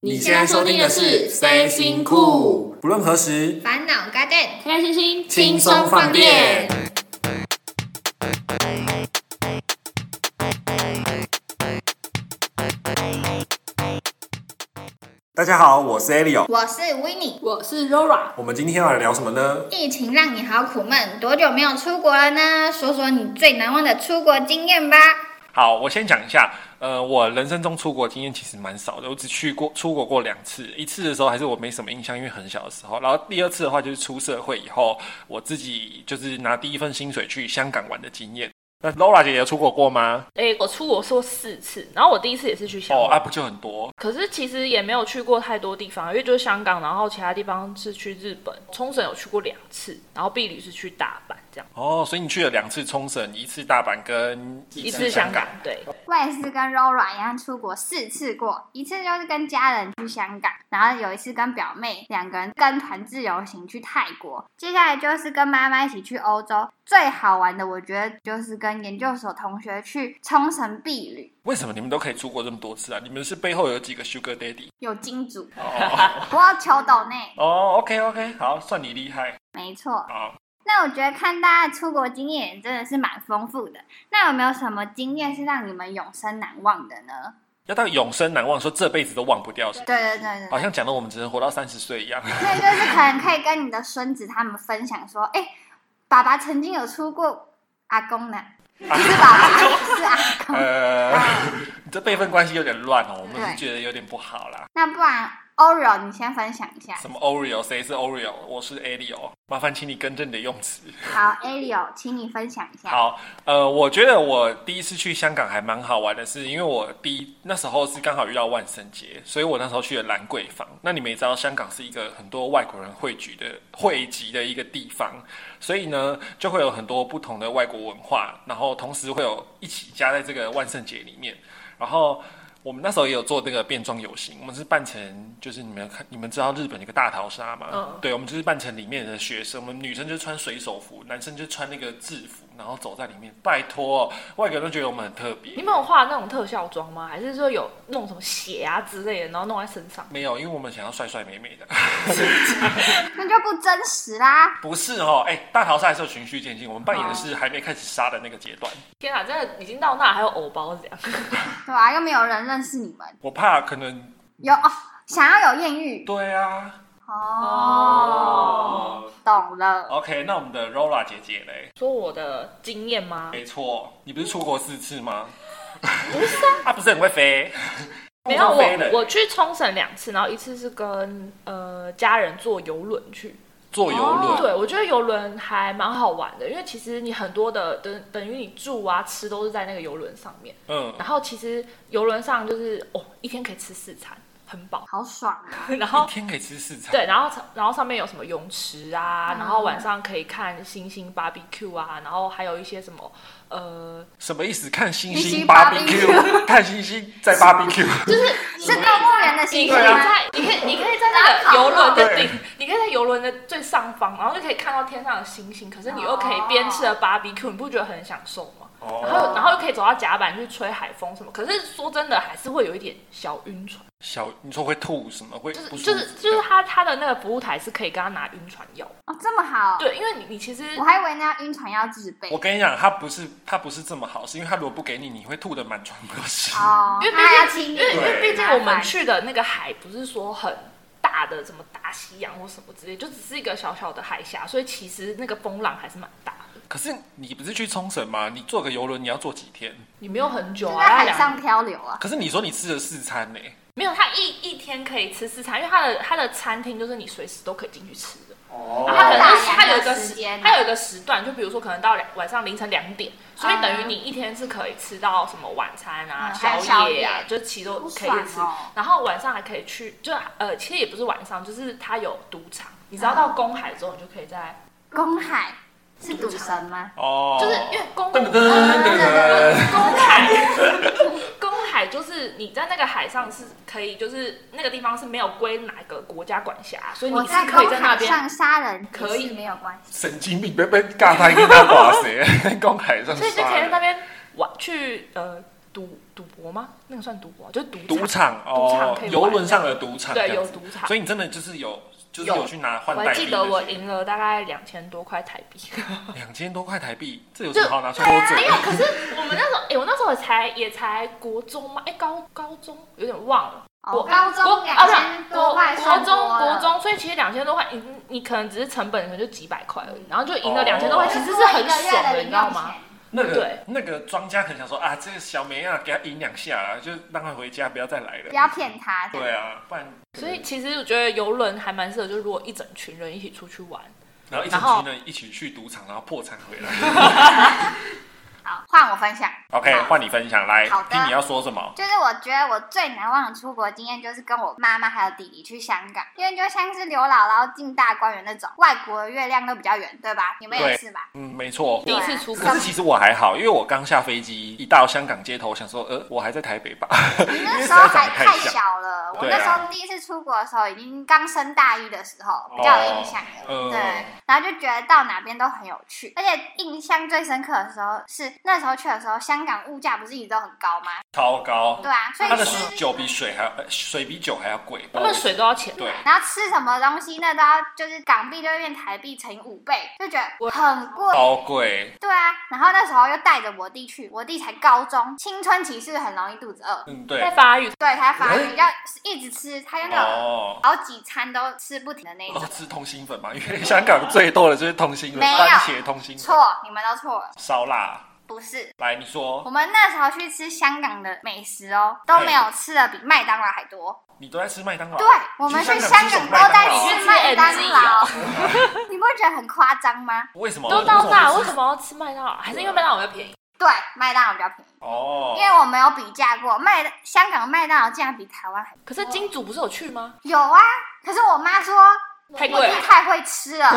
你现在收听的是 Stay 辛酷，不论何时，烦恼开 Garden，开心心，轻松放电。大家好，我是 Elio。我是 w i n n i 我是 Rora，我们今天要来聊什么呢？疫情让你好苦闷，多久没有出国了呢？说说你最难忘的出国经验吧。好，我先讲一下，呃，我人生中出国经验其实蛮少的，我只去过出国过两次，一次的时候还是我没什么印象，因为很小的时候，然后第二次的话就是出社会以后，我自己就是拿第一份薪水去香港玩的经验。那 Laura 姐姐有出国过吗？诶，我出国说四次，然后我第一次也是去香哦，啊，港，不就很多，可是其实也没有去过太多地方，因为就是香港，然后其他地方是去日本，冲绳有去过两次，然后避旅是去大阪这样，哦，所以你去了两次冲绳，一次大阪跟一一次香港，对，我也是跟 Rora 一样出国四次过，一次就是跟家人去香港，然后有一次跟表妹两个人跟团自由行去泰国，接下来就是跟妈妈一起去欧洲。最好玩的，我觉得就是跟研究所同学去冲绳避旅，为什么你们都可以出国这么多次啊？你们是背后有几个 Sugar Daddy？有金主，哦我要求斗内，哦，OK OK，好，算你厉害，没错。好。那我觉得看大家出国经验也真的是蛮丰富的。那有没有什么经验是让你们永生难忘的呢？要到永生难忘，说这辈子都忘不掉，是不是对对对好对，像讲的我们只能活到三十岁一样。那就是可能可以跟你的孙子他们分享说，哎、爸爸曾经有出过阿公呢，不是爸爸，是阿公。呃，你这辈分关系有点乱哦，我们对是觉得有点不好啦。那不然 Oreo 你先分享一下。什么 Oreo，谁是 Oreo？我是 Elio，麻烦请你更正你的用词。好，Elio，请你分享一下。好，呃，我觉得我第一次去香港还蛮好玩的是，因为我第一那时候是刚好遇到万圣节，所以我那时候去了兰桂坊。那你们也知道，香港是一个很多外国人汇聚的汇集的一个地方，所以呢，就会有很多不同的外国文化，然后同时会有一起加在这个万圣节里面。然后我们那时候也有做那个变装游行，我们是扮成就是你们看你们知道日本有一个大逃杀嘛？嗯对，我们就是扮成里面的学生，我们女生就穿水手服，男生就穿那个制服，然后走在里面。拜托、哦外国人都觉得我们很特别你。们有画那种特效妆吗？还是说有弄什么血啊之类的，然后弄在身上？没有，因为我们想要帅帅美美的， 那就不真实啦。不是哦。哎、大逃杀还是有循序渐进，我们扮演的是还没开始杀的那个阶段。天啊，真的已经到那还有偶包这样，对啊，又没有人认识你们。我怕可能有哦，想要有艳遇对啊。哦，懂了。 OK，那我们的 Rola 姐姐嘞？说我的经验吗？没错，你不是出国四次吗？不 是啊，不是很会飞。 没有，空中飞人我我去冲绳两次，然后一次是跟呃家人坐游轮去。坐游轮、对，我觉得游轮还蛮好玩的，因为其实你很多的等等于你住啊吃都是在那个游轮上面，嗯，然后其实游轮上就是哦一天可以吃四餐，很饱， 好爽啊！然一后。天可以吃四餐，对，然后然后上面有什么泳池啊，然后晚上可以看星星 barbecue 啊，然后还有一些什么呃，什么意思？看星星星 barbecue barbecue，看 星星在 barbecue，是动物园的星啊你可星以吗？在你可以你可以在那个游轮的对顶，你可以在游轮的最上方，然后就可以看到天上的星星，可是你又可啊以边吃了 barbecue，你不觉得很享受吗？然哦，后然后又可以走到甲板去吹海风什么，可是说真的还是会有一点小晕船，小你说会吐什么？会就是不舒服就是就是他他的那个服务台是可以跟他拿晕船药，哦，这么好。对，因为你你其实我还以为那要晕船要自备我跟你讲，他不是他不是这么好，是因为他如果不给你，你会吐的满床都是。哦，因为毕那要竟请因你为因为毕竟麻烦我们去的那个海不是说很大的什么大西洋或什么之类，就只是一个小小的海峡，所以其实那个风浪还是蛮大的。可是你不是去冲绳吗？你坐个游轮你要坐几天？你没有很久就啊，在大概海两上漂流啊，可是你说你吃了四餐呢、没有，他一一天可以吃四餐，因为他的他的餐厅就是你随时都可以进去吃的。哦，然后他可能是他他有一有个一个时时间他有一个时段，就比如说可能到两晚上凌晨两点，所以等于你一天是可以吃到什么晚餐啊、嗯还有宵宵夜夜啊，就其实都可以好吃。爽哦然后晚上还可以去，就呃，其实也不是晚上，就是他有赌场，你只要到公海之后，你就可以在，公海是赌神吗？哦，就是因为公噔噔噔噔噔，公海，公海就是你在那个海上是可以，就是那个地方是没有归哪个国家管辖，所以我你是可以公在那海边。上杀人也是可以没有关系。神经 病，别被尬他一个大把谁，在公海上所以就可杀以在那人。边玩去呃赌赌博吗？那个算赌博，就是赌赌场场哦可以，玩游轮上的赌场，对这样子有赌场所以你真的就是有，就是有有去拿我换代还币记的。得我赢了大概两千多块台币，两千多块台币，这有什就么好拿出来多没有，嘴？可是我们那时候，哎、我那时候也才也才国中嘛，哎、高高中有点忘了。哦，我高国中两啊不是千多块国算国多中了，国中，所以其实两千多块，你你可能只是成本可能就几百块而已，然后就赢了哦两千多块，其实是很爽的，你知道吗？？那个对那个庄家可能想说啊，这个小梅啊，给他赢两下啊，就让他回家，不要再来不了。要骗他。对啊，不然所以其实我觉得游轮还蛮适合，就是如果一整群人一起出去玩，然后一然后嗯群人一起去赌场，然后破产回来。好，换我分享。 OK，好哎换你分享来好的，听你要说什么？就是我觉得我最难忘的出国经验，就是跟我妈妈还有弟弟去香港，因为就像是刘姥姥进大观园那种，外国的月亮都比较圆，对吧？你们也对是吧？嗯，没错。第一次出国可是其实我还好，因为我刚下飞机，一到香港街头，想说，呃，我还在台北吧，你因为那实时候在长还得太太像。小了，我对那啊时候第一次出国的时候，已经刚升大一的时候，比较有印象了。哦哦嗯对，然后就觉得到哪边都很有趣，而且印象最深刻的时候是那时候去的时候，香港物价不是一直都很高吗？超高对，啊，所以哦他的吃酒比水还要，呃水比酒还要贵。他们水都要钱。对，然后吃什么东西那都要就是港币就会变台币乘以五倍，就觉得我很贵。超贵。对啊，然后那时候又带着我弟去，我弟才高中，青春期是不是很容易肚子饿？嗯，对在。发育，对，他发哎育要一直吃，他就那种哦，好几餐都吃不停的那一哦种。，吃通心粉嘛，因为香港最多的就是通心粉，没有番茄通心粉、错，你们都错了，烧腊。不是。来，你说我，们那时候去吃香港的美食哦，都没有吃的比麦当劳还多。你都在吃麦当劳？对，我们去去香香港港都在吃吃什么麦麦当劳当劳， 你不觉得很夸张吗？为什么？都那到哦那，为什？么要吃麦当劳？还是因为麦当劳比较便宜？对，麦当劳比较便宜。哦，因为我没有比价过，麦香港麦当劳竟然比台湾还可是金主不是有去 吗？有啊。可是我妈说太我贵弟了，太会 吃了，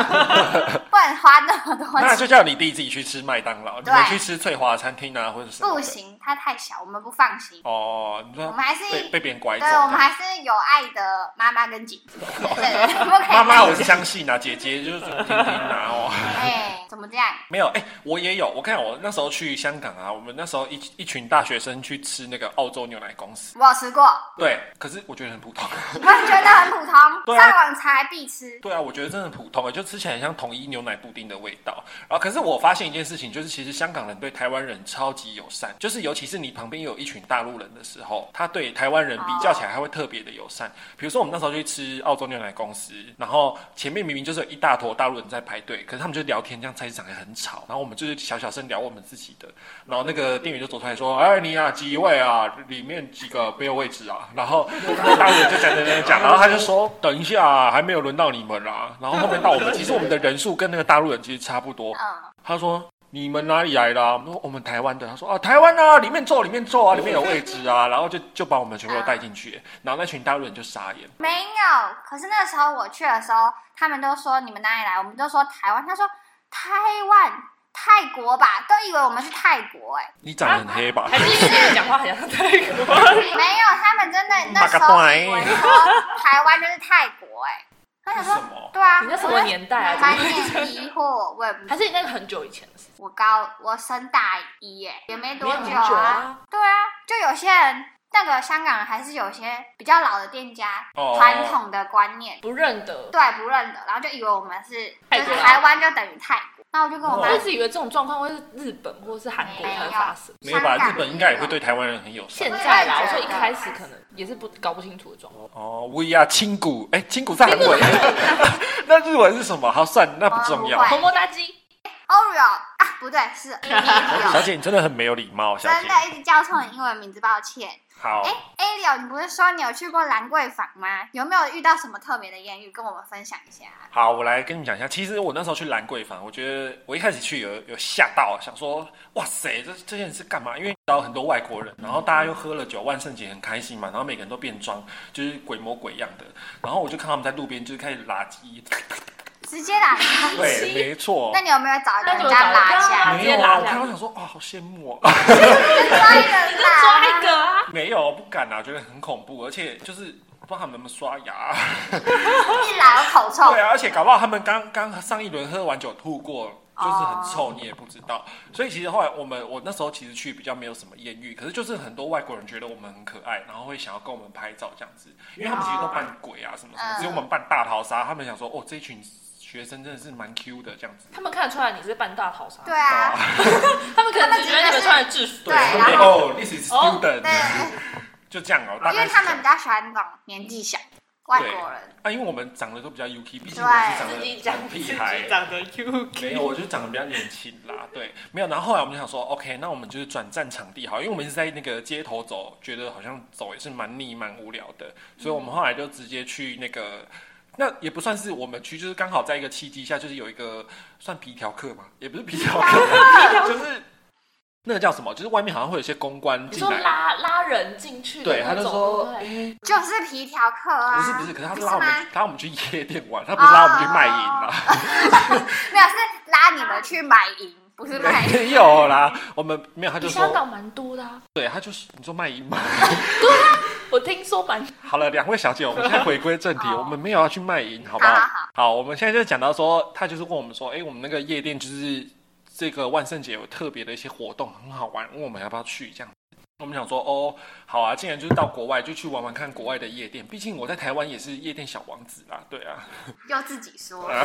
不能花那么多那就钱，叫你弟自己去吃麦当劳，你对们去吃翠华餐厅啊，或者什么的不。行，他太小，我们不放心。哦，你我说们还是被被别人拐走嗯对，我们的。还是有爱的妈妈跟姐姐，对，不可以。 妈妈，我是相信啊，姐姐就是听听啊哦。 哎，怎么这样？没有，哎、我也有。我看我那时候去香港啊，我们那时候一一群大学生去吃那个澳洲牛奶公司，我有吃过，对，可是我觉得很普通。你不会觉得很普通？ 对啊上网查必吃，对啊，我觉得真的很普通啊，就吃起来很像统一牛奶布丁的味道。然后，可是我发现一件事情，就是其实香港人对台湾人超级友善，就是尤其是你旁边有一群大陆人的时候，他对台湾人比较起来，他会特别的友善。比如说我们那时候去吃澳洲牛奶公司，然后前面明明就是有一大坨大陆人在排队，可是他们就聊天，这样菜市场也很吵，然后我们就是小小声聊我们自己的，然后那个店员就走出来说：“哎，你啊，几位啊？里面几个没有位置啊？”然后大陆人就讲讲讲讲，然后他就说：“等一下啊，还没有轮到你们啦。”然后后面到我们，其实我们的人数跟那个大陆人其实差不多。嗯，他说：“你们哪里来的、啊？”我们说：“我们台湾的。”他说：“啊，台湾啊，里面坐，里面坐啊，里面有位置啊。”然后就就把我们全部都带进去，然后那群大陆人就傻眼。没有。可是那时候我去的时候，他们都说你们哪里来，我们都说台湾，他说台湾。泰国吧，都以为我们是泰国哎、你长得很黑吧还？是因为那个讲话很像泰国？没有，他们真的那时候以为说台湾就是泰国哎、他想是说什么？对啊，你那什么年代啊？怎满么会这脸样？疑惑，我也不还是你那个很久以前的事？我高我升大一耶，也没 多没久有很久啊啊。对啊，就有些人那个香港人还是有些比较老的店家哦传统的观念，不认得，对不认得，然后就以为我们是就泰国啊是台湾就等于泰国。那我就跟我妈我一哦直以为这种状况会是日本或是韩国才会发生。没有吧？香港日本应该也会对台湾人很友善现。在啦，我也觉我得说一开始可能也是不搞不清楚的状况。哦，we are 亲骨，哎，亲骨在韩文， 那日文是什么？好，算了，那不重要哦。么么哒鸡，哦 Oreo 啊，不对，是 小 Oreo，姐，你真的很没有礼貌，小真姐。的一直叫错你英文名字，抱歉。好哎，，Oreo，你不是说你有去过兰桂坊吗？有没有遇到什么特别的艳遇？跟我们分享一下。好，我来跟你讲一下。其实我那时候去兰桂坊，我觉得我一开始去有有吓到，想说哇塞，这这些人是干嘛？因为找很多外国人，然后大家又喝了酒，万圣节很开心嘛，然后每个人都变装，就是鬼模鬼样的。然后我就看他们在路边就是开始拉鸡，直 接打，对，没错那。你有没有找一个那人就家拉一找下？一没直接有拉啊，这我样看到想说啊，好羡慕啊。抓一个人抓拉一。个啊！没有，不敢啊，觉得很恐怖，而且就是不知道他们能不能刷牙。一来有口臭对，啊，而且搞不好他们刚刚上一轮喝完酒吐过，哦就是很臭，你也不知道。所以其实后来我们我那时候其实去比较没有什么艳遇，可是就是很多外国人觉得我们很可爱，然后会想要跟我们拍照这样子，因为他们其实都扮鬼啊什么什嗯么，只有我们扮大逃杀，他们想说哦这一群学生真的是蛮 Q 的这样子。他们看得出来你是扮大逃杀，对，啊，他们可能只觉得你们穿的制服，对然后哦，this is 哦 student，、对，就这样哦，大因概为是他这们比样较喜欢那种年纪小外国人，啊，因为我们长得都比较 UK，毕竟我是长自己得讲很自己屁孩，长得 UK，没有，我就长得比较年轻啦，对，没有。然后后来我们就想说，OK，那我们就是转战场地好，因为我们一直在那个街头走，觉得好像走也是蛮腻、蛮无聊的，所以我们后来就直接去那个，那也不算是我们去，就是刚好在一个契机下，就是有一个算皮条客嘛，也不是皮条客，就是那个叫什么，就是外面好像会有一些公关你进说来，拉拉人进去的对，他那就种，说，对不哎、对就是皮条客啊，不是不是，可是他是不拉我们吗？拉我们去夜店玩，他不是拉我们去卖淫啦。没有，是拉你们去买淫，不是卖淫。没 有啦，我们没有，他就你香说，港蛮多的啊，对他就是你说卖淫嘛。我听说蛮 好了，两位小姐，我们现在回归正题，好我们没有要去卖淫，好不好？好好好我们现在就讲到说，他就是问我们说，哎、我们那个夜店就是这个万圣节有特别的一些活动，很好玩，问我们要不要去这样。我们想说，哦，好啊，既然就是到国外，就去玩玩看国外的夜店。毕竟我在台湾也是夜店小王子啦，对啊。又自己说，呃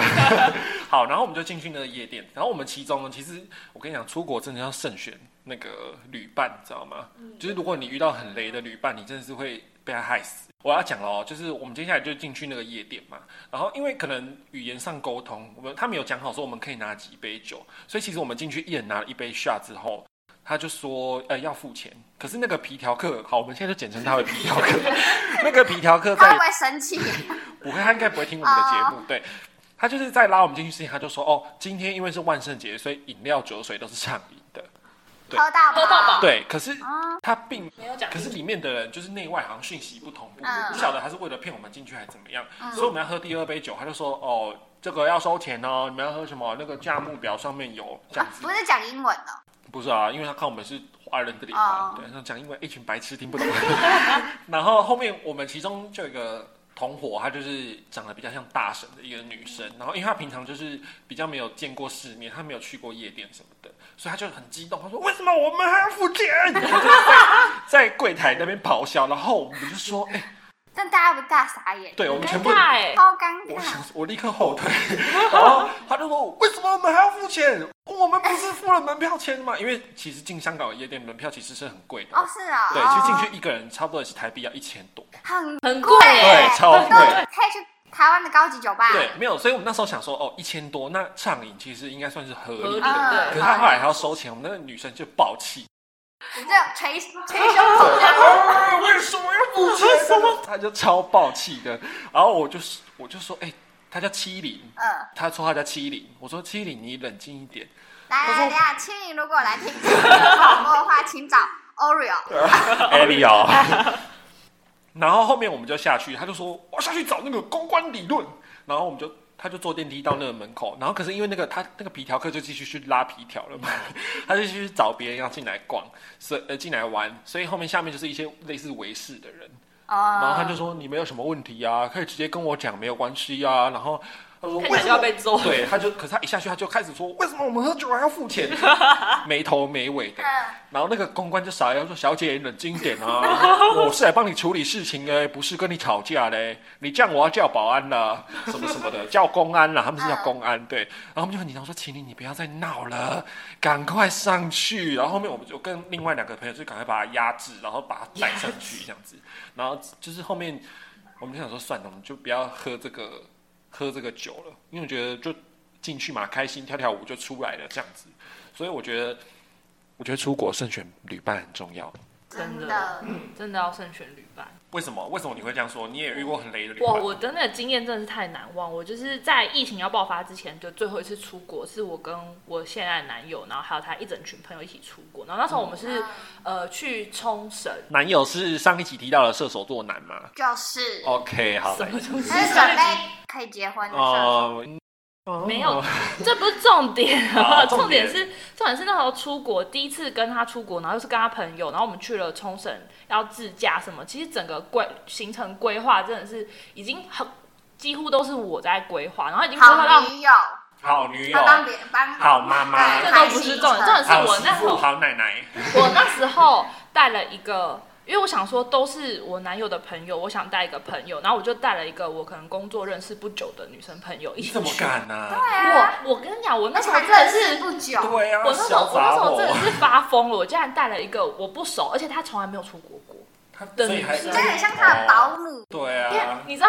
好，然后我们就进去那个夜店。然后我们其中呢，其实我跟你讲，出国真的要慎选那个旅伴，你知道吗？就是如果你遇到很雷的旅伴，你真的是会被他害死。我要讲了哦，就是我们接下来就进去那个夜店嘛，然后因为可能语言上沟通，我们他们有讲好说我们可以拿几杯酒，所以其实我们进去一人拿了一杯 shot 之后，他就说呃要付钱，可是那个皮条客，好，我们现在就简称他为皮条客，那个皮条客他在会不会生气？不会，他应该不会听我们的节目。对，他就是在拉我们进去之前，他就说：“哦，今天因为是万圣节，所以饮料、酒水都是畅饮的。对喝到喝到饱对，可是他并没有讲可清是楚，里面的人就是内外好像讯息不同步，嗯不晓得他是为了骗我们进去还是怎么样。所以我们要喝第二杯酒，他就说：“哦，这个要收钱哦，你们要喝什么？那个价目表上面有这样子。不是讲英文哦，不是啊，因为他看我们是华人的脸嘛哦，对，那讲英文一群白痴听不懂。 然后后面我们其中就有一个同伙，她就是长得比较像大神的一个女生，然后因为她平常就是比较没有见过世面，她没有去过夜店什么的，所以她就很激动，她说：“为什么我们还要付钱？”她就是在在柜台那边咆哮，然后我们就说：“哎、但大家不大傻眼，对我们全尴部尬哎，超尴我想尬。，我立刻后退，然后他就说：“为什么我们还要付钱？我们不是付了门票钱吗？因为其实进香港的夜店门票其实是很贵的，哦，是哦，对，哦啊就进去一个人差不多也是台币要一千多，很很贵欸，对超贵都可以去台湾的高级酒吧，对，没有，所以我们那时候想说，哦，一千多，那畅饮其实应该算是合合理的，理的可对是他后来还要收钱，我们那个女生就暴气，就捶捶胸口这样。啊为什么要付钱？什么？他就超暴气的，然后我就是我就说，哎、他叫七零，嗯，他说他叫七零，我说七零，你冷静一点。来他说来来啊，青林如果来听这个广播的话，请找 Oreo。艾利奥。啊 然后后面我们就下去，他就说我下去找那个公关理论，然后我们就。他就坐电梯到那个门口，然后可是因为那个他那个皮条客就继续去拉皮条了嘛， 他就继续找别人要进来逛，所以呃进来玩，所以后面下面就是一些类似维士的人，然后他哦，就说你们有什么问题啊，可以直接跟我讲，没有关系啊。然后他说看为什起来就么要被揍，对，他就，可是他一下去他就开始说，为什么我们喝酒还要付钱？没头没尾的。然后那个公关就傻眼说：“小姐，你冷静一点啊，我是来帮你处理事情的，不是跟你吵架嘞。你这样我要叫保安啦，什么什么的，叫公安啦，他们是叫公安对。然后我们就很紧张说：‘请你，你不要再闹了，赶快上去。’然后后面我们就跟另外两个朋友就赶快把他压制，然后把他带上去这样子。然后就是后面我们就想说，算了，我们就不要喝这个喝这个酒了，因为我觉得就进去嘛，开心跳跳舞就出来了这样子。所以我觉得，我觉得出国慎选旅伴很重要。真真的的真的要慎选旅伴。为什么？为什么你会这样说？你也遇过很雷的旅哇，伴？我真的经验真的是太难忘。我就是在疫情要爆发之前，就最后一次出国，是我跟我现在的男友，然后还有他一整群朋友一起出国。然后那时候我们是、呃去冲绳，男友是上一集提到的射手座男嘛就是，哦？OK，好，什么东西他？是准备可以结婚的时候，哦、嗯没有，这不是重点啊！好重 重点点是，重点是那时候出国，第一次跟他出国，然后又是跟他朋友，然后我们去了冲绳，要自驾什么。其实整个规行程规划真的是已经很几乎都是我在规划，然后已经规划到好女友，好女友他、帮别人帮好妈妈这都不是重点，重点是好我媳那时妇、候好奶奶。我那时候带了一个，因为我想说都是我男友的朋友，我想带一个朋友，然后我就带了一个我可能工作认识不久的女生朋友一你起怎么去？敢呢、我我跟你讲，我那啊而时且候还真的认是识。不久，对啊，我那时小候，我那杂时候货真的是发疯了，我竟然带了一个我不熟，而且他从来没有出过国。他的所以女还生你真的很像他的保姆。对因为啊，你知道，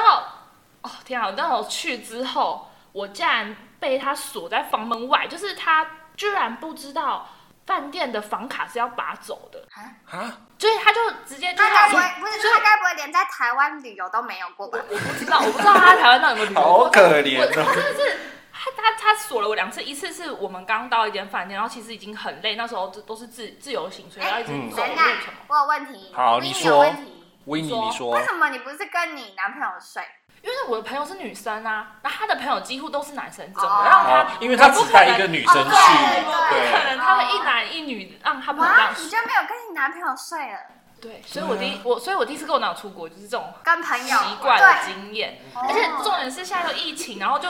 哦天啊！我那时候去之后，我竟然被他锁在房门外，就是他居然不知道饭店的房卡是要拔走的，啊，就是他就直接就他该不会不所是以他该不会连在台湾旅游都没有过吧？我不知道，我不知道他在台湾到底有没有旅游过。好可怜我哦。真的是他他他锁了我两次，一次是我们刚到一间饭店，然后其实已经很累，那时候都都是自自由行，所以要一直嗯走等路一什下么。，我有问题。好我你有说问题维尼，你说为什么你不是跟你男朋友睡？因为我的朋友是女生啊，那他的朋友几乎都是男生，怎么哦让他啊？因为他只带一个女生去，对不可对，能，他们一男一女让他们这哇样，你就没有跟你男朋友睡了，对，所以我第一我所以我第一次跟我男友出国就是这种跟朋友奇怪的对，经验，哦而且重点是现在又疫情，然后就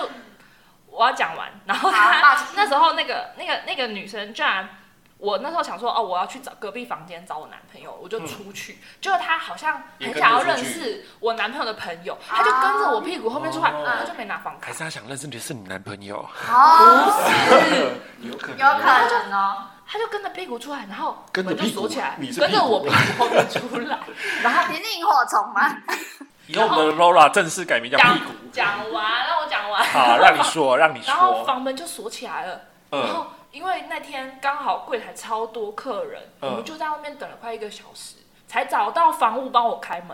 我要讲完，然后好抱他歉那时候那个那个那个女生居然。我那时候想说，哦，我要去找隔壁房间找我男朋友，我就出去。结果他好像很想要认识我男朋友的朋友，他就跟着我屁股后面出来，哦他就没拿房卡还。是他想认识的是你男朋友？哦，有可能，有可能哦。他就跟着屁股出来，然后跟着门就屁股锁起来，你是跟屁着股我屁股后面出 来，然后你是萤火虫吗？以后我们的 Laura 正式改名叫讲屁股。讲完，让我讲完，好，让你说，让你然后说。房门就锁起来了。然嗯，后因为那天刚好柜台超多客人，嗯我们就在外面等了快一个小时，才找到房务帮我开门。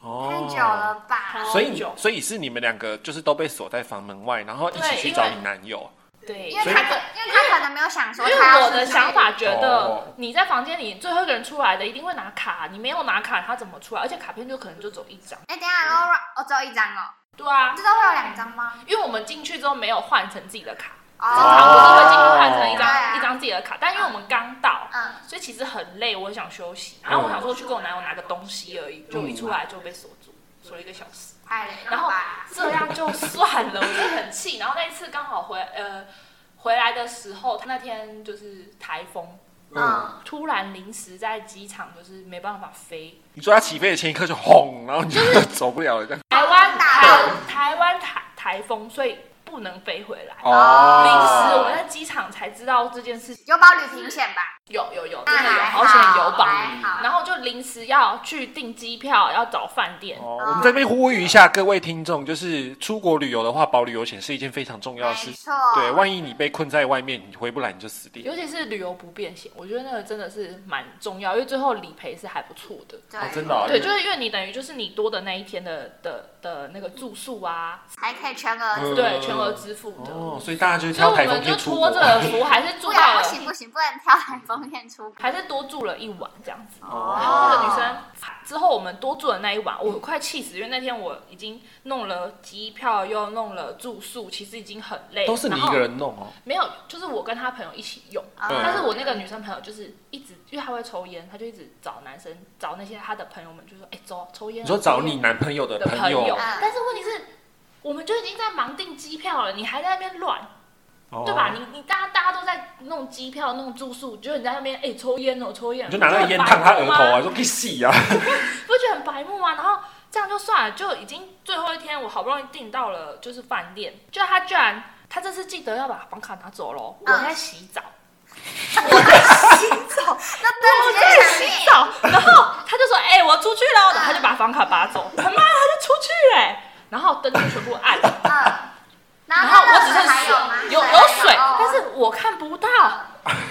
哦哦太久。了吧？哦所以久，所以是你们两个就是都被锁在房门外，然后一起对去因找为你男友。对，因为所以他可，因为他可能没有想说因他为要我去的哪里想法觉哦得，你在房间里最后一个人出来的一定会拿卡，你没有拿卡，他怎么出来？而且卡片就可能就只有一张。哎、等一下，Laura，哦，只有一张哦，对啊这，都会有两张吗？因为我们进去之后没有换成自己的卡，正常哦，我都会进去换成一对啊张一张自己的卡，但因为我们刚到，嗯，所以其实很累，我想休息。然后我想说去跟我男友拿个东西而已，嗯就一出来就被锁住，锁了一个小时。太累然了后吧？这样就算了，我真的很气。然后那一次刚好回呃回来的时候，那天就是台风，嗯，突然临时在机场就是没办法飞。你说他起飞的前一刻就轰，然后你就 走不了了，这样。台湾打台台湾台台风，所以不能飞回来。临哦时我在机场才知道这件事情，有保旅行险吧？有有有，真那的有，还好险有保。还好。然后就临时要去订机票，要找饭店。哦，我们这边呼吁一下各位听众，就是出国旅游的话，保旅游险是一件非常重要的事没。错，对，万一你被困在外面，你回不来，你就死定了。尤其是旅游不便险，我觉得那个真的是蛮重要，因为最后理赔是还不错的。对，真的哦对，就是因为你等于就是你多的那一天的的的那个住宿啊，还可以全额嗯对，全额支付的。哦，所以大家就是所以挑我台风们就天出托国这。个福，还是不住到然了不，行不行，不能挑台风天出国。还是多住了一晚这样子。然哦，后那个女生之后，我们多住的那一晚，我快气死，因为那天我已经弄了机票，又弄了住宿，其实已经很累。都是你一个？人弄哦。没有，就是我跟她朋友一起用。哦嗯但是我那个女生朋友就是一直，因为她会抽烟，她就一直找男生，找那些她的朋友们，就说：“哎、走，抽烟。”你说找抽你烟啊男朋友的的朋朋友，嗯但是问题是，我们就已经在忙订机票了，你还在那边乱，哦对吧？？你你大家大家都在弄机票、弄住宿，结果你在那边哎、抽烟哦，抽烟，你就拿那个不觉烟得很烫他白额目头吗啊，说可以洗啊。不觉得很白目吗？啊然后这样就算了，就已经最后一天，我好不容易订到了就是饭店，就他居然他这次记得要把房卡拿走喽，我嗯在洗澡。那灯直接闪灭，澡， 然后他就说：“哎、我出去了。”然后他就把房卡拔走，他妈的他就出去了、哎然后灯就全部暗，嗯，然然后后我那只热水还是有吗？哦有有水，但是我看不到，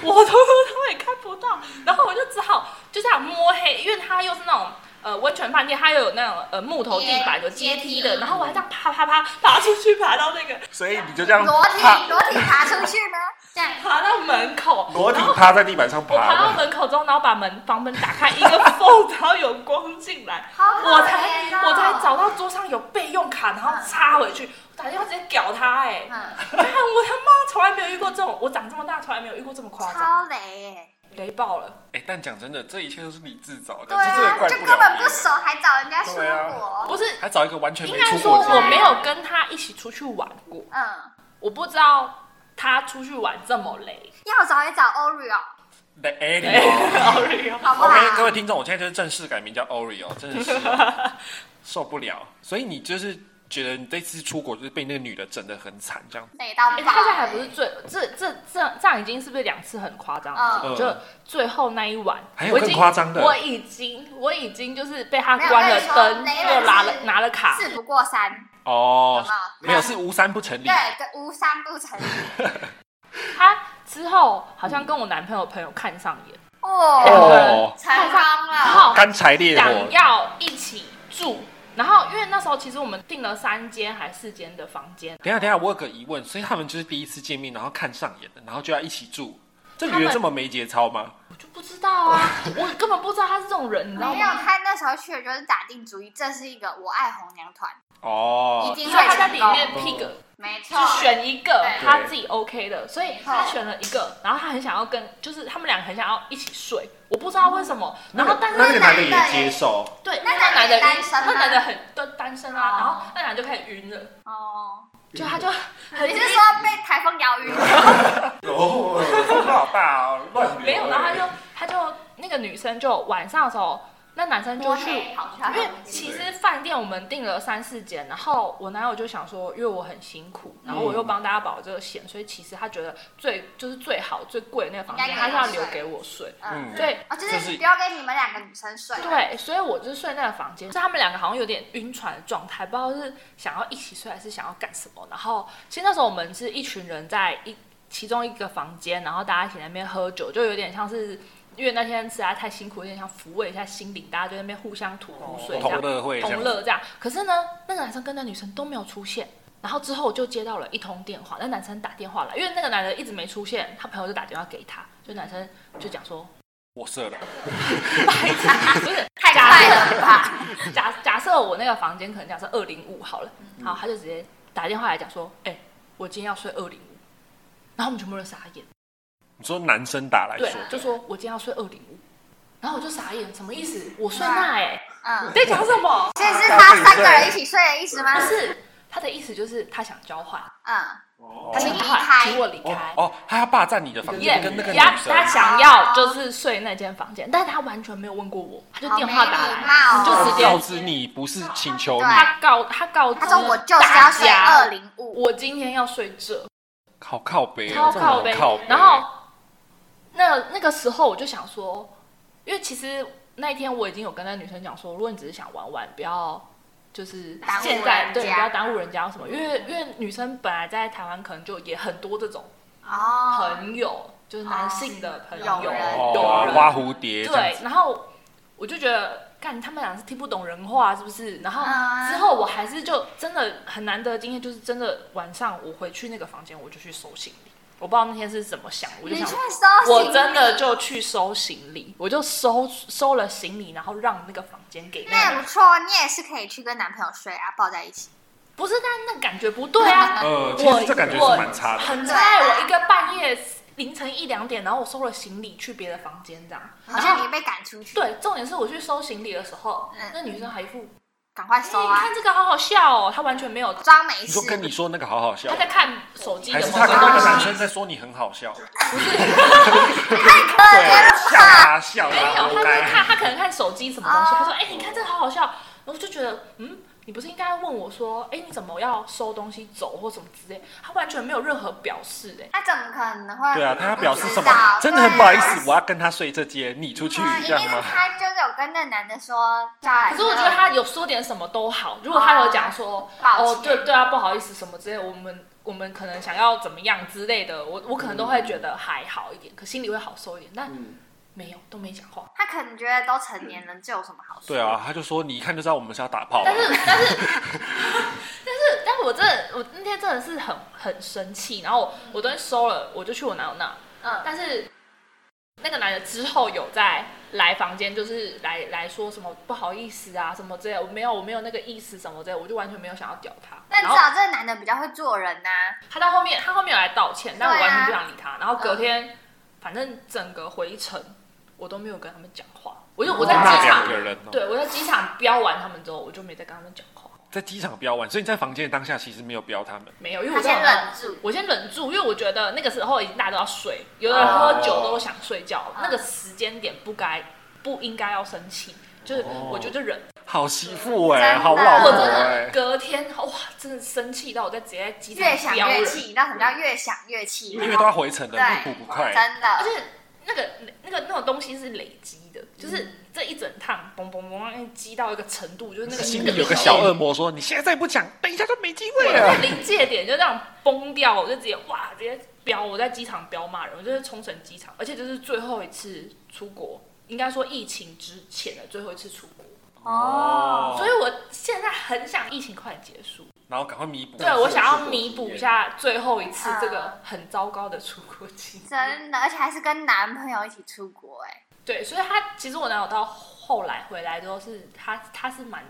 我 偷偷偷也看不到，然后我就只好就这样摸黑，因为它又是那种。呃，温泉饭店它又有那种呃木头地板有阶梯的，然后我还这样啪啪啪爬出去，爬到那个所以你就这样裸体趴，裸体爬出去呢，这样爬到门口，裸体趴在地板上我爬到爬。门口之后，然后把门房门打开一个缝， 然后有光进来，好可我才怜哦我才找到桌上有备用卡，然后插回去，我打电话直接屌他哎、嗯，看我他妈从来没有遇过这种，我长这么大从来没有遇过这么夸张，超雷耶。雷爆了！哎，但讲真的，这一切都是你自找的，对哎这真啊的，怪就不根本了不熟，还找人家出对啊国，不是，还找一个完全应没该出说过的我人没有跟他一起出去玩过，嗯，我不知道他出去玩这么累。要找也找 Oreo， The 哎 Alien。 ，Oreo，好不好 OK，各位听众，我现在就是正式改名叫 Oreo，真的是 受不了。所以你就是觉得你这次出国就是被那个女的整得很惨，这样累到爆、哎、大家还不是最这这这这样已经是不是两次很夸张了？嗯就最后那一晚，还有我已更经夸张的我已经我已经就是被他没有关那了个时候灯，雷又人拿了是拿了啊卡，事不过三，好哦不，好？没有是无三不成立对，对无三不成他之后好像跟我男朋友朋友看上眼，哦，哦，成功然了，后干柴烈火想，要一起住。然后，因为那时候其实我们订了三间还四间的房间，等一下，等一下，我有个疑问，所以他们就是第一次见面，然后看上眼的，然后就要一起住。这他女们的这么没节操吗？我就不知道啊，我根本不知道他是这种人，你知道没有吗？他那时候去的就是打定主意，这是一个我爱红娘团，一哦，定所以会他在成里功，面 pick 没错就，选一个对他自己 OK 的，所以错他选了一个，然后他很想要跟，就是他们两个很想要一起睡，我不知道为什么，然后但是那个男的也男的接受，对，那因为那男的晕男的单身吗那男的很都单身啊哦，然后那男的就开始晕了，哦，就呃他就很你是说被台风摇晕？哦，风好大哦，乱流。没有，然后他就他就那个女生就晚上的时候，那男生就去好漂因为亮，其实饭店我们订了三四间，然后我男友就想说，因为我很辛苦，然后我又嗯帮大家保这个险，所以其实他觉得最就是最好最贵的那个房间，应他该是给我要留睡给我睡。嗯，嗯对哦，就就是是不要跟你们两个女生睡，对，所以我就睡那个房间，所以他们两个好像有点晕船的状态，不知道是想要一起睡还是想要干什么。然后其实那时候我们是一群人在一其中一个房间，然后大家一起在那边喝酒，就有点像是。因为那天实在太辛苦，有点想抚慰一下心灵，大家就在那边互相吐苦水，这样同乐会这同样。乐这样。可是呢，那个男生跟那女生都没有出现。然后之后我就接到了一通电话，那男生打电话来，因为那个男的一直没出现，他朋友就打电话给他，就男生就讲说， 我射了，不是太快了吧？假假设我那个房间可能假设二零五好了，嗯好，他就直接打电话来讲说，哎、我今天要睡二零五，然后我们全部人傻眼，你说男生打来对说，，就说我今天要睡二零五，然后我就傻眼，什么意思？我睡那哎、嗯你，在讲什 么？所以是他三个人一起睡的意思吗不？是他的意思就是他想交换，嗯，他想请交离换，开请我离哦开。哦，他要霸占你的房耶间，跟那个女他生，他想要就是睡那间房间，但是他完全没有问过我，他就电话打来，好没礼貌哦就直告接知你不是请求你对，他告他告知他说我就是要睡大家二零五，我今天要睡这，好靠背超哦，这种好靠背。靠背。然后那那个时候我就想说，因为其实那一天我已经有跟那女生讲说，如果你只是想玩玩，不要。就是耽误现在人对，家不要耽误人家什么，因为因为女生本来在台湾可能就也很多这种哦，朋友，就是男性的朋友，友人哦，人挖蝴蝶，这样对子，然后我就觉得，干他们俩是听不懂人话，是不是？然后啊之后我还是就真的很难得，今天就是真的晚上我回去那个房间，我就去收行李。我不知道那天是怎么想，我就你想去，收行李我真的就去收行李，我就收收了行李，然后让那个房间给那那也个不错，哦你也是可以去跟男朋友睡啊，抱在一起。不是，但那感觉不对啊，呃，其我实这感觉我是蛮差的。很在我一个半夜凌晨一两点，然后我收了行李去别的房间这样，好然像后你被赶出去，对，重点是我去收行李的时候嗯，那女生还一副赶快哎收你啊，看这个好好笑哦，他完全没有，装没你事说。跟你说那个好好笑他，在看手机的还是某他个跟那东个男西。生在说你很好笑？可怜对，笑啊笑没有，啊，呃他活在该。哎看，他可能看手机什么东西。哦他说：“哎，你看这个好好笑。”然后我就觉得，嗯，你不是应该问我说，哎，你怎么要收东西走或什么之类？他完全没有任何表示，哎，他怎么可能 会？对啊，他要表示什不知道么？真的很不好意思，对我要跟他睡这间，你出去啊这样一定吗是？他就是有跟那男的说，叫来可是我觉得他有说点什么都好。如果他有讲说，啊抱哦，歉对对啊，不好意思什么之类，我们我们可能想要怎么样之类的，我我可能都会觉得还好一点，可心里会好受一点。但嗯没有，都没讲话。他可能觉得都成年人，这有什么好说？对啊，他就说你一看就知道我们是要打炮啊。但是但是 但是但是我真的我那天真的是很很生气，然后我我昨天收了，我就去我男友那，嗯，但是那个男的之后有在来房间，就是来来说什么不好意思啊什么之类的，我没有我没有那个意思什么之类的，我就完全没有想要屌他。但至然后少这个男的比较会做人呐。他到后面他后面有来道歉，但我对啊嗯完全不想理他。然后隔天、反正整个回程我都没有跟他们讲话，我就我在嗯那机场两个人哦，对我在机场飙完他们之后，我就没再跟他们讲话。在机场标完，所以你在房间的当下其实没有标他们。没有，因为他我在先忍住，啊我先忍住，因为我觉得那个时候已经大家都要睡，有的人喝酒都想睡觉了哦那个时间点不该不应该要生气，就是哦我觉得忍。好媳妇哎、真的好老我婆真哎、的隔天哇，真的生气到我在直接在机场越想飙越人，气，你知道什么叫越想越气？因为都要回程的，对不吐不快。真的，而且那个那个那种东西是累积的，就是嗯这一整趟嘣嘣嘣积到一个程度，就是那个心里有个小恶魔说：“你现在再不讲，等一下就没啊机会了。临界点就这样崩掉，我就直接哇，直接飙！我在机场飙骂人，我就是冲绳机场，而且这是最后一次出国，应该说疫情之前的最后一次出国，哦，所以我现在很想疫情快点结束，”然后赶快弥补。对我想要弥补一下最后一次这个很糟糕的出国经历。真的，而且还是跟男朋友一起出国、哎，对，所以他其实我男友到后来回来之后是，他他是蛮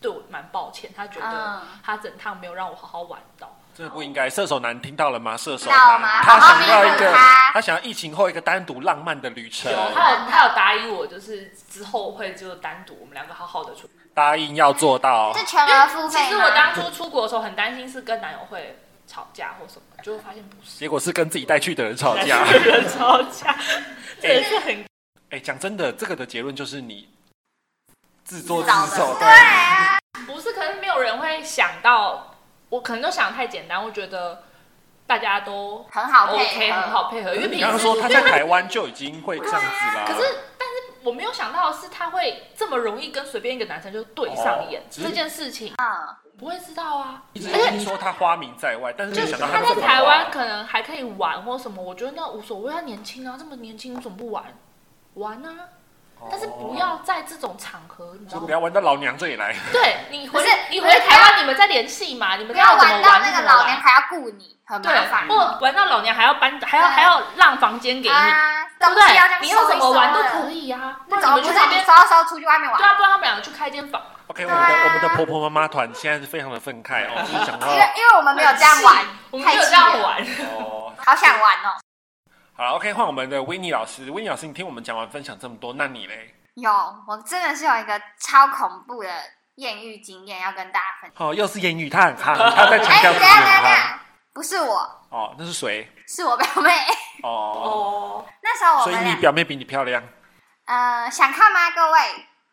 对我蛮抱歉，他觉得嗯他整趟没有让我好好玩到。这不应该。射手男听到了吗？射手听到男，吗他好好想要一弥个补他，他想要疫情后一个单独浪漫的旅程有，，哦他有他有答应我，就是之后会就单独我们两个好好的出。答应要做到。是全因为额付其费实吗我当初出国的时候很担心是跟男友会吵架或什么，结果发现不是，结果是跟自己带去的人吵架。男人吵架，这也是很哎，讲真的，这个的结论就是你自作自找的受。对啊，不是，可是没有人会想到，我可能都想得太简单，我觉得大家都很好配合 OK，很好配合，因为你平刚刚时说他因为在台湾就已经会这样子啦。可是，但是我没有想到的是他会这么容易跟随便一个男生就对上眼、哦只是这件事情，嗯，不会知道啊。一直听说他花名在外，但是没就有是想到他这在么台花湾可能还可以玩或什么，我觉得那无所谓，他年轻啊，这么年轻，你怎么不玩？玩啊！但是不要在这种场合，你哦知就道不吗？要玩到老娘这里来。对你回不是你回台湾，你们再联系嘛，你们不要怎么玩到就那怎个么玩老娘还要顾你，很麻烦对，或玩到老娘还要搬，还要对还要让房间给你，啊，对东不西要这对？样你要怎么玩都以可，以啊，不那然怎么不你们去是那你边，稍稍出去外面对玩？啊，不然他们两个去开间房， OK，我对们的啊我们的婆婆妈妈团现在是非常的愤慨哦，就是讲因为话因为我们没有这样玩，我们太没有气这样了，玩。哦。好想玩哦。好了，OK，换我们的维尼老师，维尼老师，你听我们讲完分享这么多，那你嘞？有，我真的是有一个超恐怖的艳遇经验要跟大家分享。哦，又是艳遇，他很夯，他在强哎，调等自己一下等一下很等一夯。下，不是我，哦，那是谁？是我表妹。 哦，哦，那时候我所以们你俩表妹比你漂亮。呃，想看吗？各位，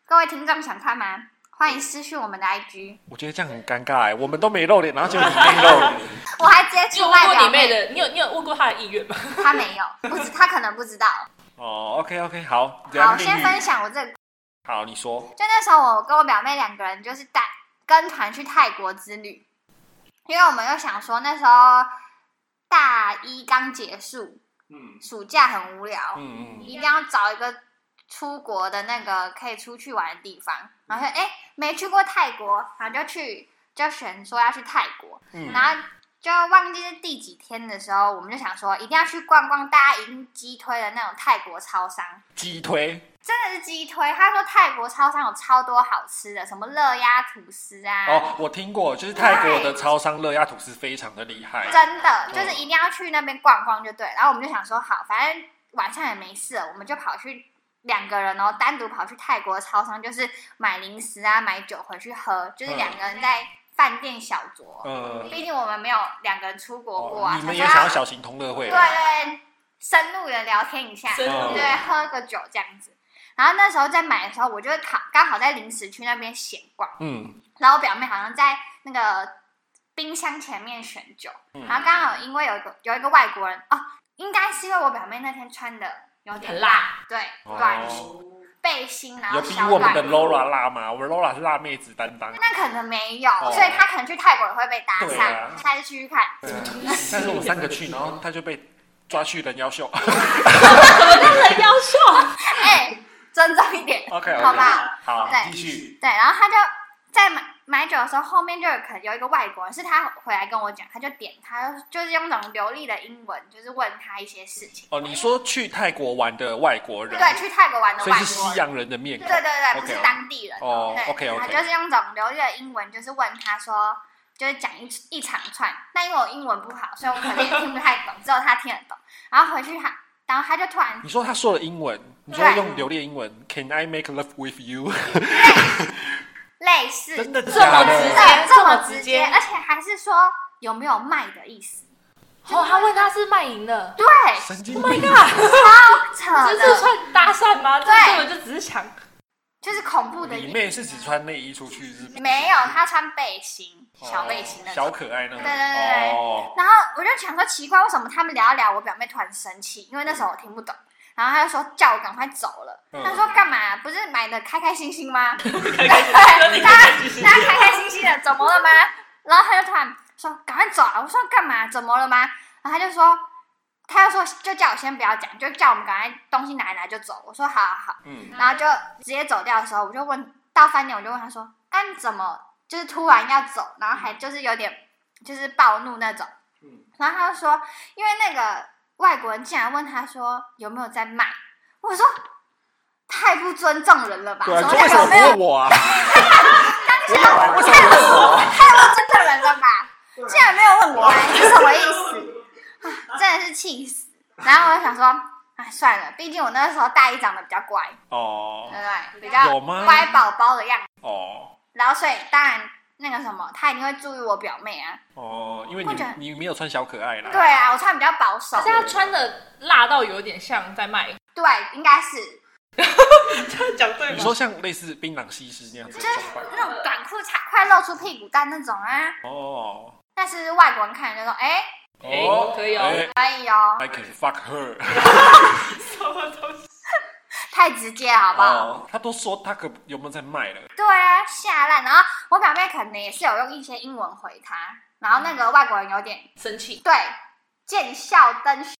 各位听众想看吗？欢迎私讯我们的 IG，我觉得这样很尴尬哎，我们都没露脸，然后结果你没露脸。我还直接你有出问卖过表你妹的，你有你有问过她的意愿吗？ 她没有， 不知她可能不知道。哦，OK OK，好，好，梁丽先玉，分享我这个，好，你说，就那时候我跟我表妹两个人就是带跟团去泰国之旅，因为我们又想说那时候大一刚结束，嗯，暑假很无聊，嗯嗯，一定要找一个出国的那个可以出去玩的地方。然后说，哎、没去过泰国，然后就去，就选说要去泰国，嗯然后就忘记是第几天的时候，我们就想说一定要去逛逛大家已经击推的那种泰国超商。鸡推，真的是鸡推，他说泰国超商有超多好吃的，什么热鸭吐司啊，哦，我听过，就是泰国的超商热压吐司非常的厉害。真的嗯就是一定要去那边逛逛就对。然后我们就想说，好，反正晚上也没事了，我们就跑去两个人哦，单独跑去泰国超商，就是买零食啊，买酒回去喝，就是两个人在饭店小酌。嗯，毕竟我们没有两个人出国过哦啊，你们也想想说要小型同乐会对？对，深入的聊天一下，深入对，喝个酒这样子。然后那时候在买的时候，我就考刚好在零食区那边闲逛。嗯，然后我表妹好像在那个冰箱前面选酒，嗯然后刚好因为有一个有一个外国人哦，应该是因为我表妹那天穿的有点很辣，对，哦短裙、背心，然有后比小我们短的裤， Laura 辣吗？我们 Laura 是辣妹子担当。那可能没有，哦所以她可能去泰国也会被搭对讪，啊下次去去看。对啊但是我们三个去，然后他就被抓去人妖 秀。怎么那很妖秀？哎、尊重一点 OK，好吧？好，对继续。对，然后他就在买买酒的时候，后面就有可能有一个外国人，是他回来跟我讲，他就点他，就是用那种流利的英文，就是问他一些事情。哦，你说去泰国玩的外国人，对，去泰国玩的所以外是国西人，洋人的面对孔。对对， OK，不是 OK 当地人。哦对， ，OK 然后 OK，就是用这种流利的英文，就是问他说，就是讲一一长串。那因为我英文不好，所以我可能也听不太懂，只有他听得懂。然后回去他，然后他就突然你说他说了英文，你说对用流利的英文，Can I make love with you？类似，真的这么假直的？接对，这这么么直直接接，而且还是说有没有卖的意思，哦，他问他是卖淫的，对，神经病！扯这是的，算搭讪吗？这对根本就只是想就是恐怖的意你思。妹是只穿内衣出去日本？没有，他穿背心，哦小背心那小种。可爱那种。对对对对哦，然后我就想说奇怪，为什么他们聊一聊，我表妹突然生气？因为那时候我听不懂，然后他就说叫我赶快走了。嗯他说干嘛？不是买的开开心心吗？开开心心让你开开心心大家开开心心的，怎么了吗？然后他就突然说赶快走啊！我说干嘛？怎么了吗？然后他就说，他就说就叫我先不要讲，就叫我们赶快东西拿一拿就走。我说好好好，嗯，然后就直接走掉的时候，我就问到饭店，我就问他说，那你怎么就是突然要走，然后还就是有点就是暴怒那种。然后他就说，因为那个外国人竟然问他说有没有在卖，我说太不尊重人了吧？对啊，什就么为什叫么有没有不问我 啊？为什么问我？太不尊重人了吧？竟然没有问我，是什么意思？啊真的是气死！然后我就想说，哎，算了，毕竟我那时候大一长得比较乖，对哦不对？比有较吗乖宝宝的样子，哦然后所以当然那个什么，他一定会注意我表妹啊。哦，因为或者你你没有穿小可爱啦。对啊，我穿比较保守可，是他穿的辣到有点像在卖，对，应该是讲对你说？像类似槟榔西施那样子的装扮那种短裤差快露出屁股蛋那种啊。哦但是外国人看了就说，哎，哎可以哦哎可以哦， I can fuck her，什么东西？太直接了好不好？哦，他都说他可有没有在卖了？对啊，吓烂。然后我表妹可能也是有用一些英文回他，然后那个外国人有点生气，对见笑登喜，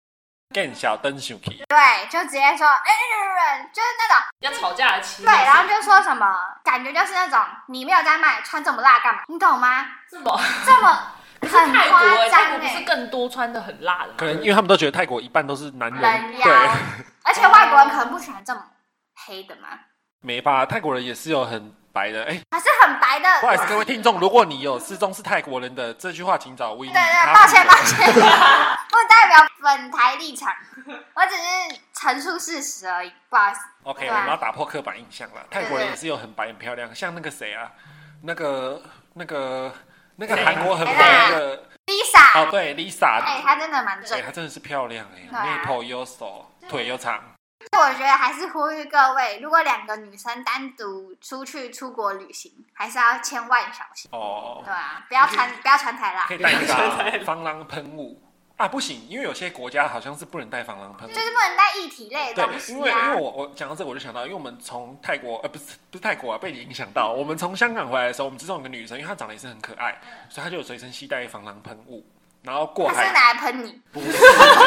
更小灯熊 k 对，就直接说哎、就是那种要吵架的气。对，然后就说什么感觉就是那种你没有在卖，穿这么辣干嘛？你懂吗？这么这么很泰国夸欸，泰国张不是哎、更多穿的很辣的吗？可能因为他们都觉得泰国一半都是男人，人妖对，，而且外国人可能不喜欢这么黑的嘛，没吧？泰国人也是有很白的，哎、还是很白的。不好意思，各位听众，如果你有失踪是泰国人的这句话，请找威尼。对对，他抱歉负责抱歉， 不代表本台立场，我只是陈述事实而已，不好意思。 OK，对我啊们要打破刻板印象了。泰国人也是有很白很漂亮，像那个谁啊，那个那个那个韩国很白那个 Lisa，哦，对，Lisa，啊哎、她真的蛮正哎，她真的是漂亮对啊哎，妹头又瘦，腿又长，所以我觉得还是呼吁各位，如果两个女生单独出去出国旅行，还是要千万小心，哦对，啊，不要穿不要穿太辣可，以带那个 啊防狼喷雾啊，不行，因为有些国家好像是不能带防狼喷雾就。是不能带液体类的对东，西因为因啊为。我我讲到这个我就想到，因为我们从泰国呃不是不是泰国啊被你影响到，我们从香港回来的时候，我们知道有个女生，因为她长得也是很可爱，嗯所以她就有随身携带防狼喷雾，然后过它海是拿来喷你，不是，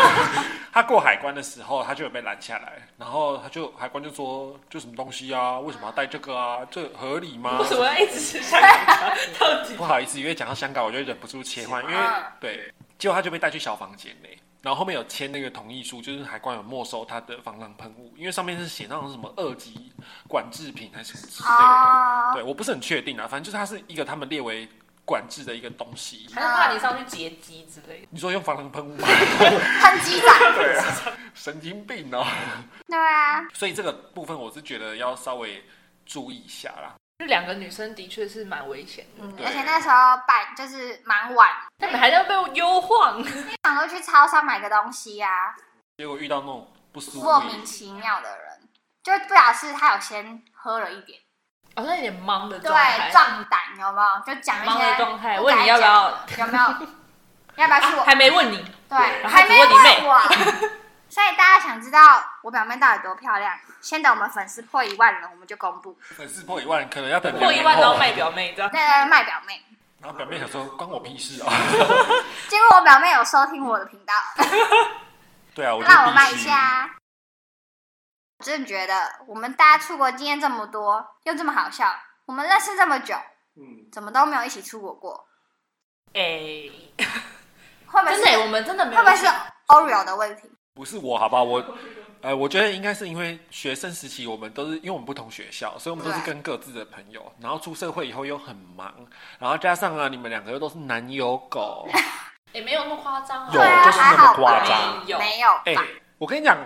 他过海关的时候，他就有被拦下来，然后他就海关就说：“这什么东西啊？为什么要带这个啊？这合理吗为什么要一 直吃香港茶？到？”啊底不好意思，因为讲到香港，我就忍不住切换，因为嗯啊对，结果他就被带去小房间内，然后后面有签那个同意书，就是海关有没收他的防狼喷雾，因为上面是写那种什么二级管制品还是什么之类啊的。哦，对，我不是很确定啊，反正就是它是一个他们列为管制的一个东西。还是怕你上去劫机之类的？你说用防狼喷雾吗？喷鸡仔，对啊， 神经病哦、对啊，所以这个部分我是觉得要稍微注意一下啦。就两个女生的确是蛮危险的，嗯，对而且那时候办就是蛮晚，但你还要被诱晃。想说去超商买个东西啊，结果遇到那种不舒服莫，名其妙的人，就不表示他有先喝了一点，好像有点懵的对状态，，壮胆有没有？就讲一懵的些状态。不问该你要不讲要？有没有？ 要不要去我？还没问你，对，然后还没只问你妹问我。 所以大家想知道我表妹到底多漂亮，先等我们粉丝破一万人，我们就公布。粉丝破一万可能要等过一两万年然后后卖表妹这样。对对对，卖表妹。然后表妹想说关我屁事 啊。结果我表妹有收听我的频道，对啊，我觉让我得卖必一须。下。我真的觉得我们大家出国经验这么多，又这么好笑，我们认识这么久，嗯，怎么都没有一起出国过？哎，会不会真是的耶，欸我们真的没会有不会是 Oreo 的问题？不是我，好吧，我。呃，我觉得应该是因为学生时期我们都是因为我们不同学校，所以我们都是对跟各自的朋友，然后出社会以后又很忙，然后加上啊你们两个又都是男友狗，也没有那么夸张啊。有对啊，就是还那么好夸吧张？有没有哎、吧？我跟你讲，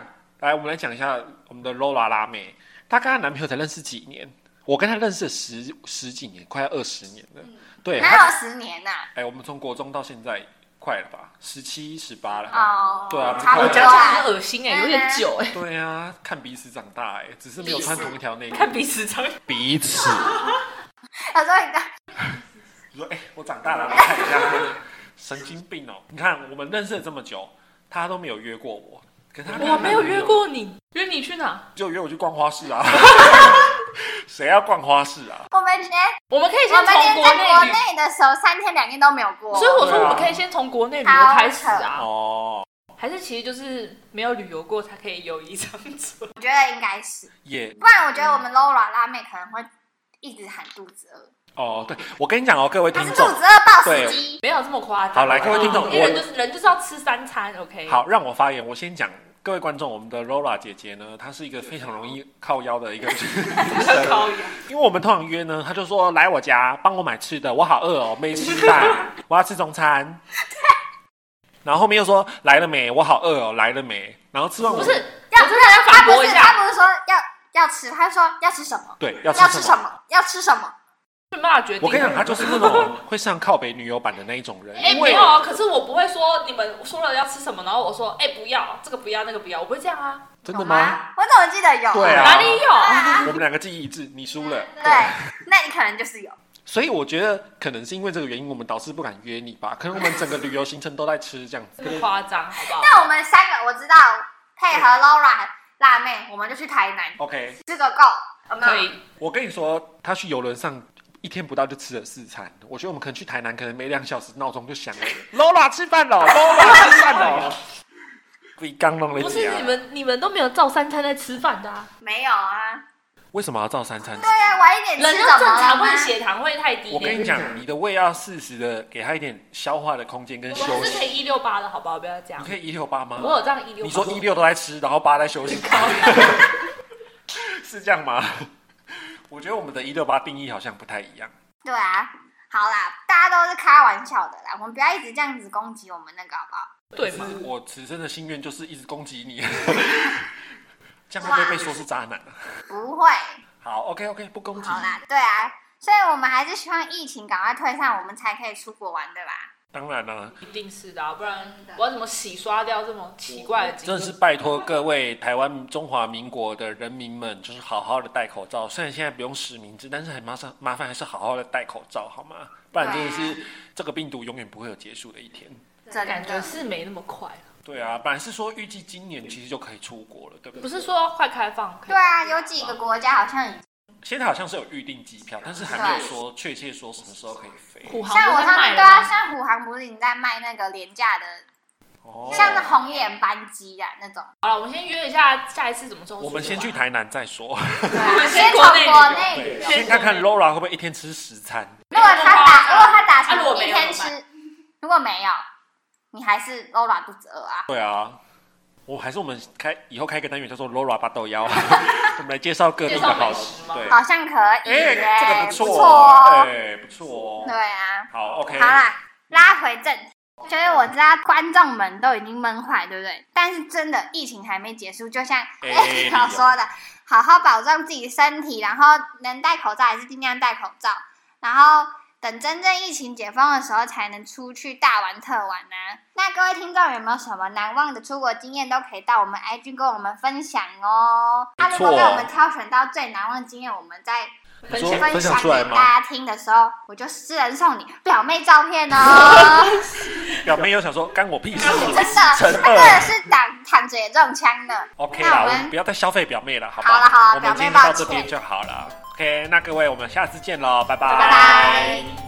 来，我们来讲一下我们的 Lola 拉妹，她跟她男朋友才认识几年，我跟他认识了十十几年，快要二十年嗯了。对，他啊哪有十年呐、哎、我们从国中到现在快了吧，十七、十八了。哦，对啊差不我多讲起来很啊。恶心哎，有点久哎，对啊，看彼此长大哎、只是没有彼此穿同一条内裤。看彼此长，彼 此， 他说你刚你说哎、我长大了，来看一下。神经病哦、你看我们认识了这么久，他都没有约过我，可是他我没有约，过你，约你去哪？就约我去逛花市 啊。谁要逛花市啊？我们连我们可以我先们连从国在国内旅，内的时候三天两夜都没有过，所以我说对啊我们可以先从国内旅游开始啊，哦，还是其实就是没有旅游过才可以友谊长存？我觉得应该是，也不然我觉得嗯我们 Laura 辣妹可能会一直喊肚子饿，哦，对，我跟你讲哦，各位听她是肚众，子饿爆死机。没有这么夸张。啊好来各位听众因为人我就是人就是要吃三餐，OK？，好，让我发言。我先讲各位观众，我们的 Laura 姐姐呢，她是一个非常容易靠腰的一个女要生，高压。因为我们通常约呢，她就说来我家帮我买吃的，我好饿哦，没吃饭，我要吃中餐。然后后面又说来了没，我好饿哦，来了没。然后吃完我不是，要我真的要她反不驳一是下，她不是说要要吃，她说要吃什么？对要吃要吃什什么？么？要吃什么？没办法决定。我跟你讲，她就是那种会上靠北女友版的那一种人，哎、因没为有啊，可是我不会说你们说了要吃什么，然后我说哎、不要这个不要那个不要，我不会这样啊，真的有吗？？我怎么记得有？对啊哪里有？我们两个记忆一致，你输了。对，那你可能就是有。所以我觉得可能是因为这个原因，我们导师不敢约你吧？可能我们整个旅游行程都在吃这样子这。么夸张好不好？那我们三个我知道，配合 Laura 辣妹，我们就去台南 OK，吃个够，有没有可以，我跟你说，他去游轮上一天不到就吃了四餐。我觉得我们可能去台南，可能没两小时闹钟就响了。Lola 吃饭了，Lola 吃饭了。不刚弄了不是你啊！们你们都没有照三餐在吃饭的啊，没有啊？为什么要照三餐吃？对啊，晚一点吃人要怎正么了常吗会？血糖会太低我跟的。你讲，你的胃要适时的给他一点消化的空间跟我休们是可息。以一六八的好不好？不要这样你，可以一六八我吗？有这样一六。你说一，六都在吃，然后八在休息，是这样吗？我觉得我们的一六八定义好像不太一样。对啊，好啦，大家都是开玩笑的啦，我们不要一直这样子攻击我们那个好不好？对吗？我此生的心愿就是一直攻击你，这样会不会被说是渣男啊？不会，好，OK OK，不攻击好。啦，对啊，所以我们还是希望疫情赶快退散，我们才可以出国玩，对吧？当然啦、一定是的、啊，不然我要怎么洗刷掉这种奇怪的经真历？的是拜托各位台湾中华民国的人民们，就是好好的戴口罩。虽然现在不用实名制，但是很麻烦，麻烦还是好好的戴口罩好吗？不然真的是这个病毒永远不会有结束的一天。真感觉的，是没那么快了，对啊，本来是说预计今年其实就可以出国了，对不对？不是说快开放可以对啊，有几个国家好像已现在好像是有预定机票，但是还没有说确切说什么时候可以飞。虎航像不我是上卖面了对啊，吗？像虎航不是已经在卖那个廉价的，哦，像那红眼班机啊 那种。好了，我们先约一下下一次怎么时候出去玩？我们先去台南再说。对啊，先先国从内旅游国内旅对，游。先先看看 Laura 会不会一天吃十餐。如果他打，如果他打啊如果成没一有天怎么吃，如果没有，你还是 Laura 肚子饿啊。对啊，我还是我们开以后开一个单元叫做 Laura 八 豆腰，我们来介绍各地的好介绍美食吗对，好像可以耶、哎这个不不错错哦，哦。哎，不错对哦。啊，好，OK，好啦，拉回正题。就是我知道观众们都已经闷坏，对不对？但是真的疫情还没结束，就像哎 A 老说的，好好保重自己身体，然后能戴口罩还是尽量戴口罩，然后等真正疫情解封的时候才能出去大玩特玩啊。那各位听众有没有什么难忘的出国经验，都可以到我们 IG 跟我们分享哦。那、没如错果被我们挑选到最难忘的经验，我们再你说分分享享出来给吗？大家听的时候，我就私人送你表妹照 片哦。表妹有想说干我屁事，真的，真她真的的是躺躺着也中枪的。 OK 那啦，我我们们不要再消费表妹了，好不好了好了我们表妹今天到抱这边歉就好了。OK，那各位我们下次见喽，拜拜拜。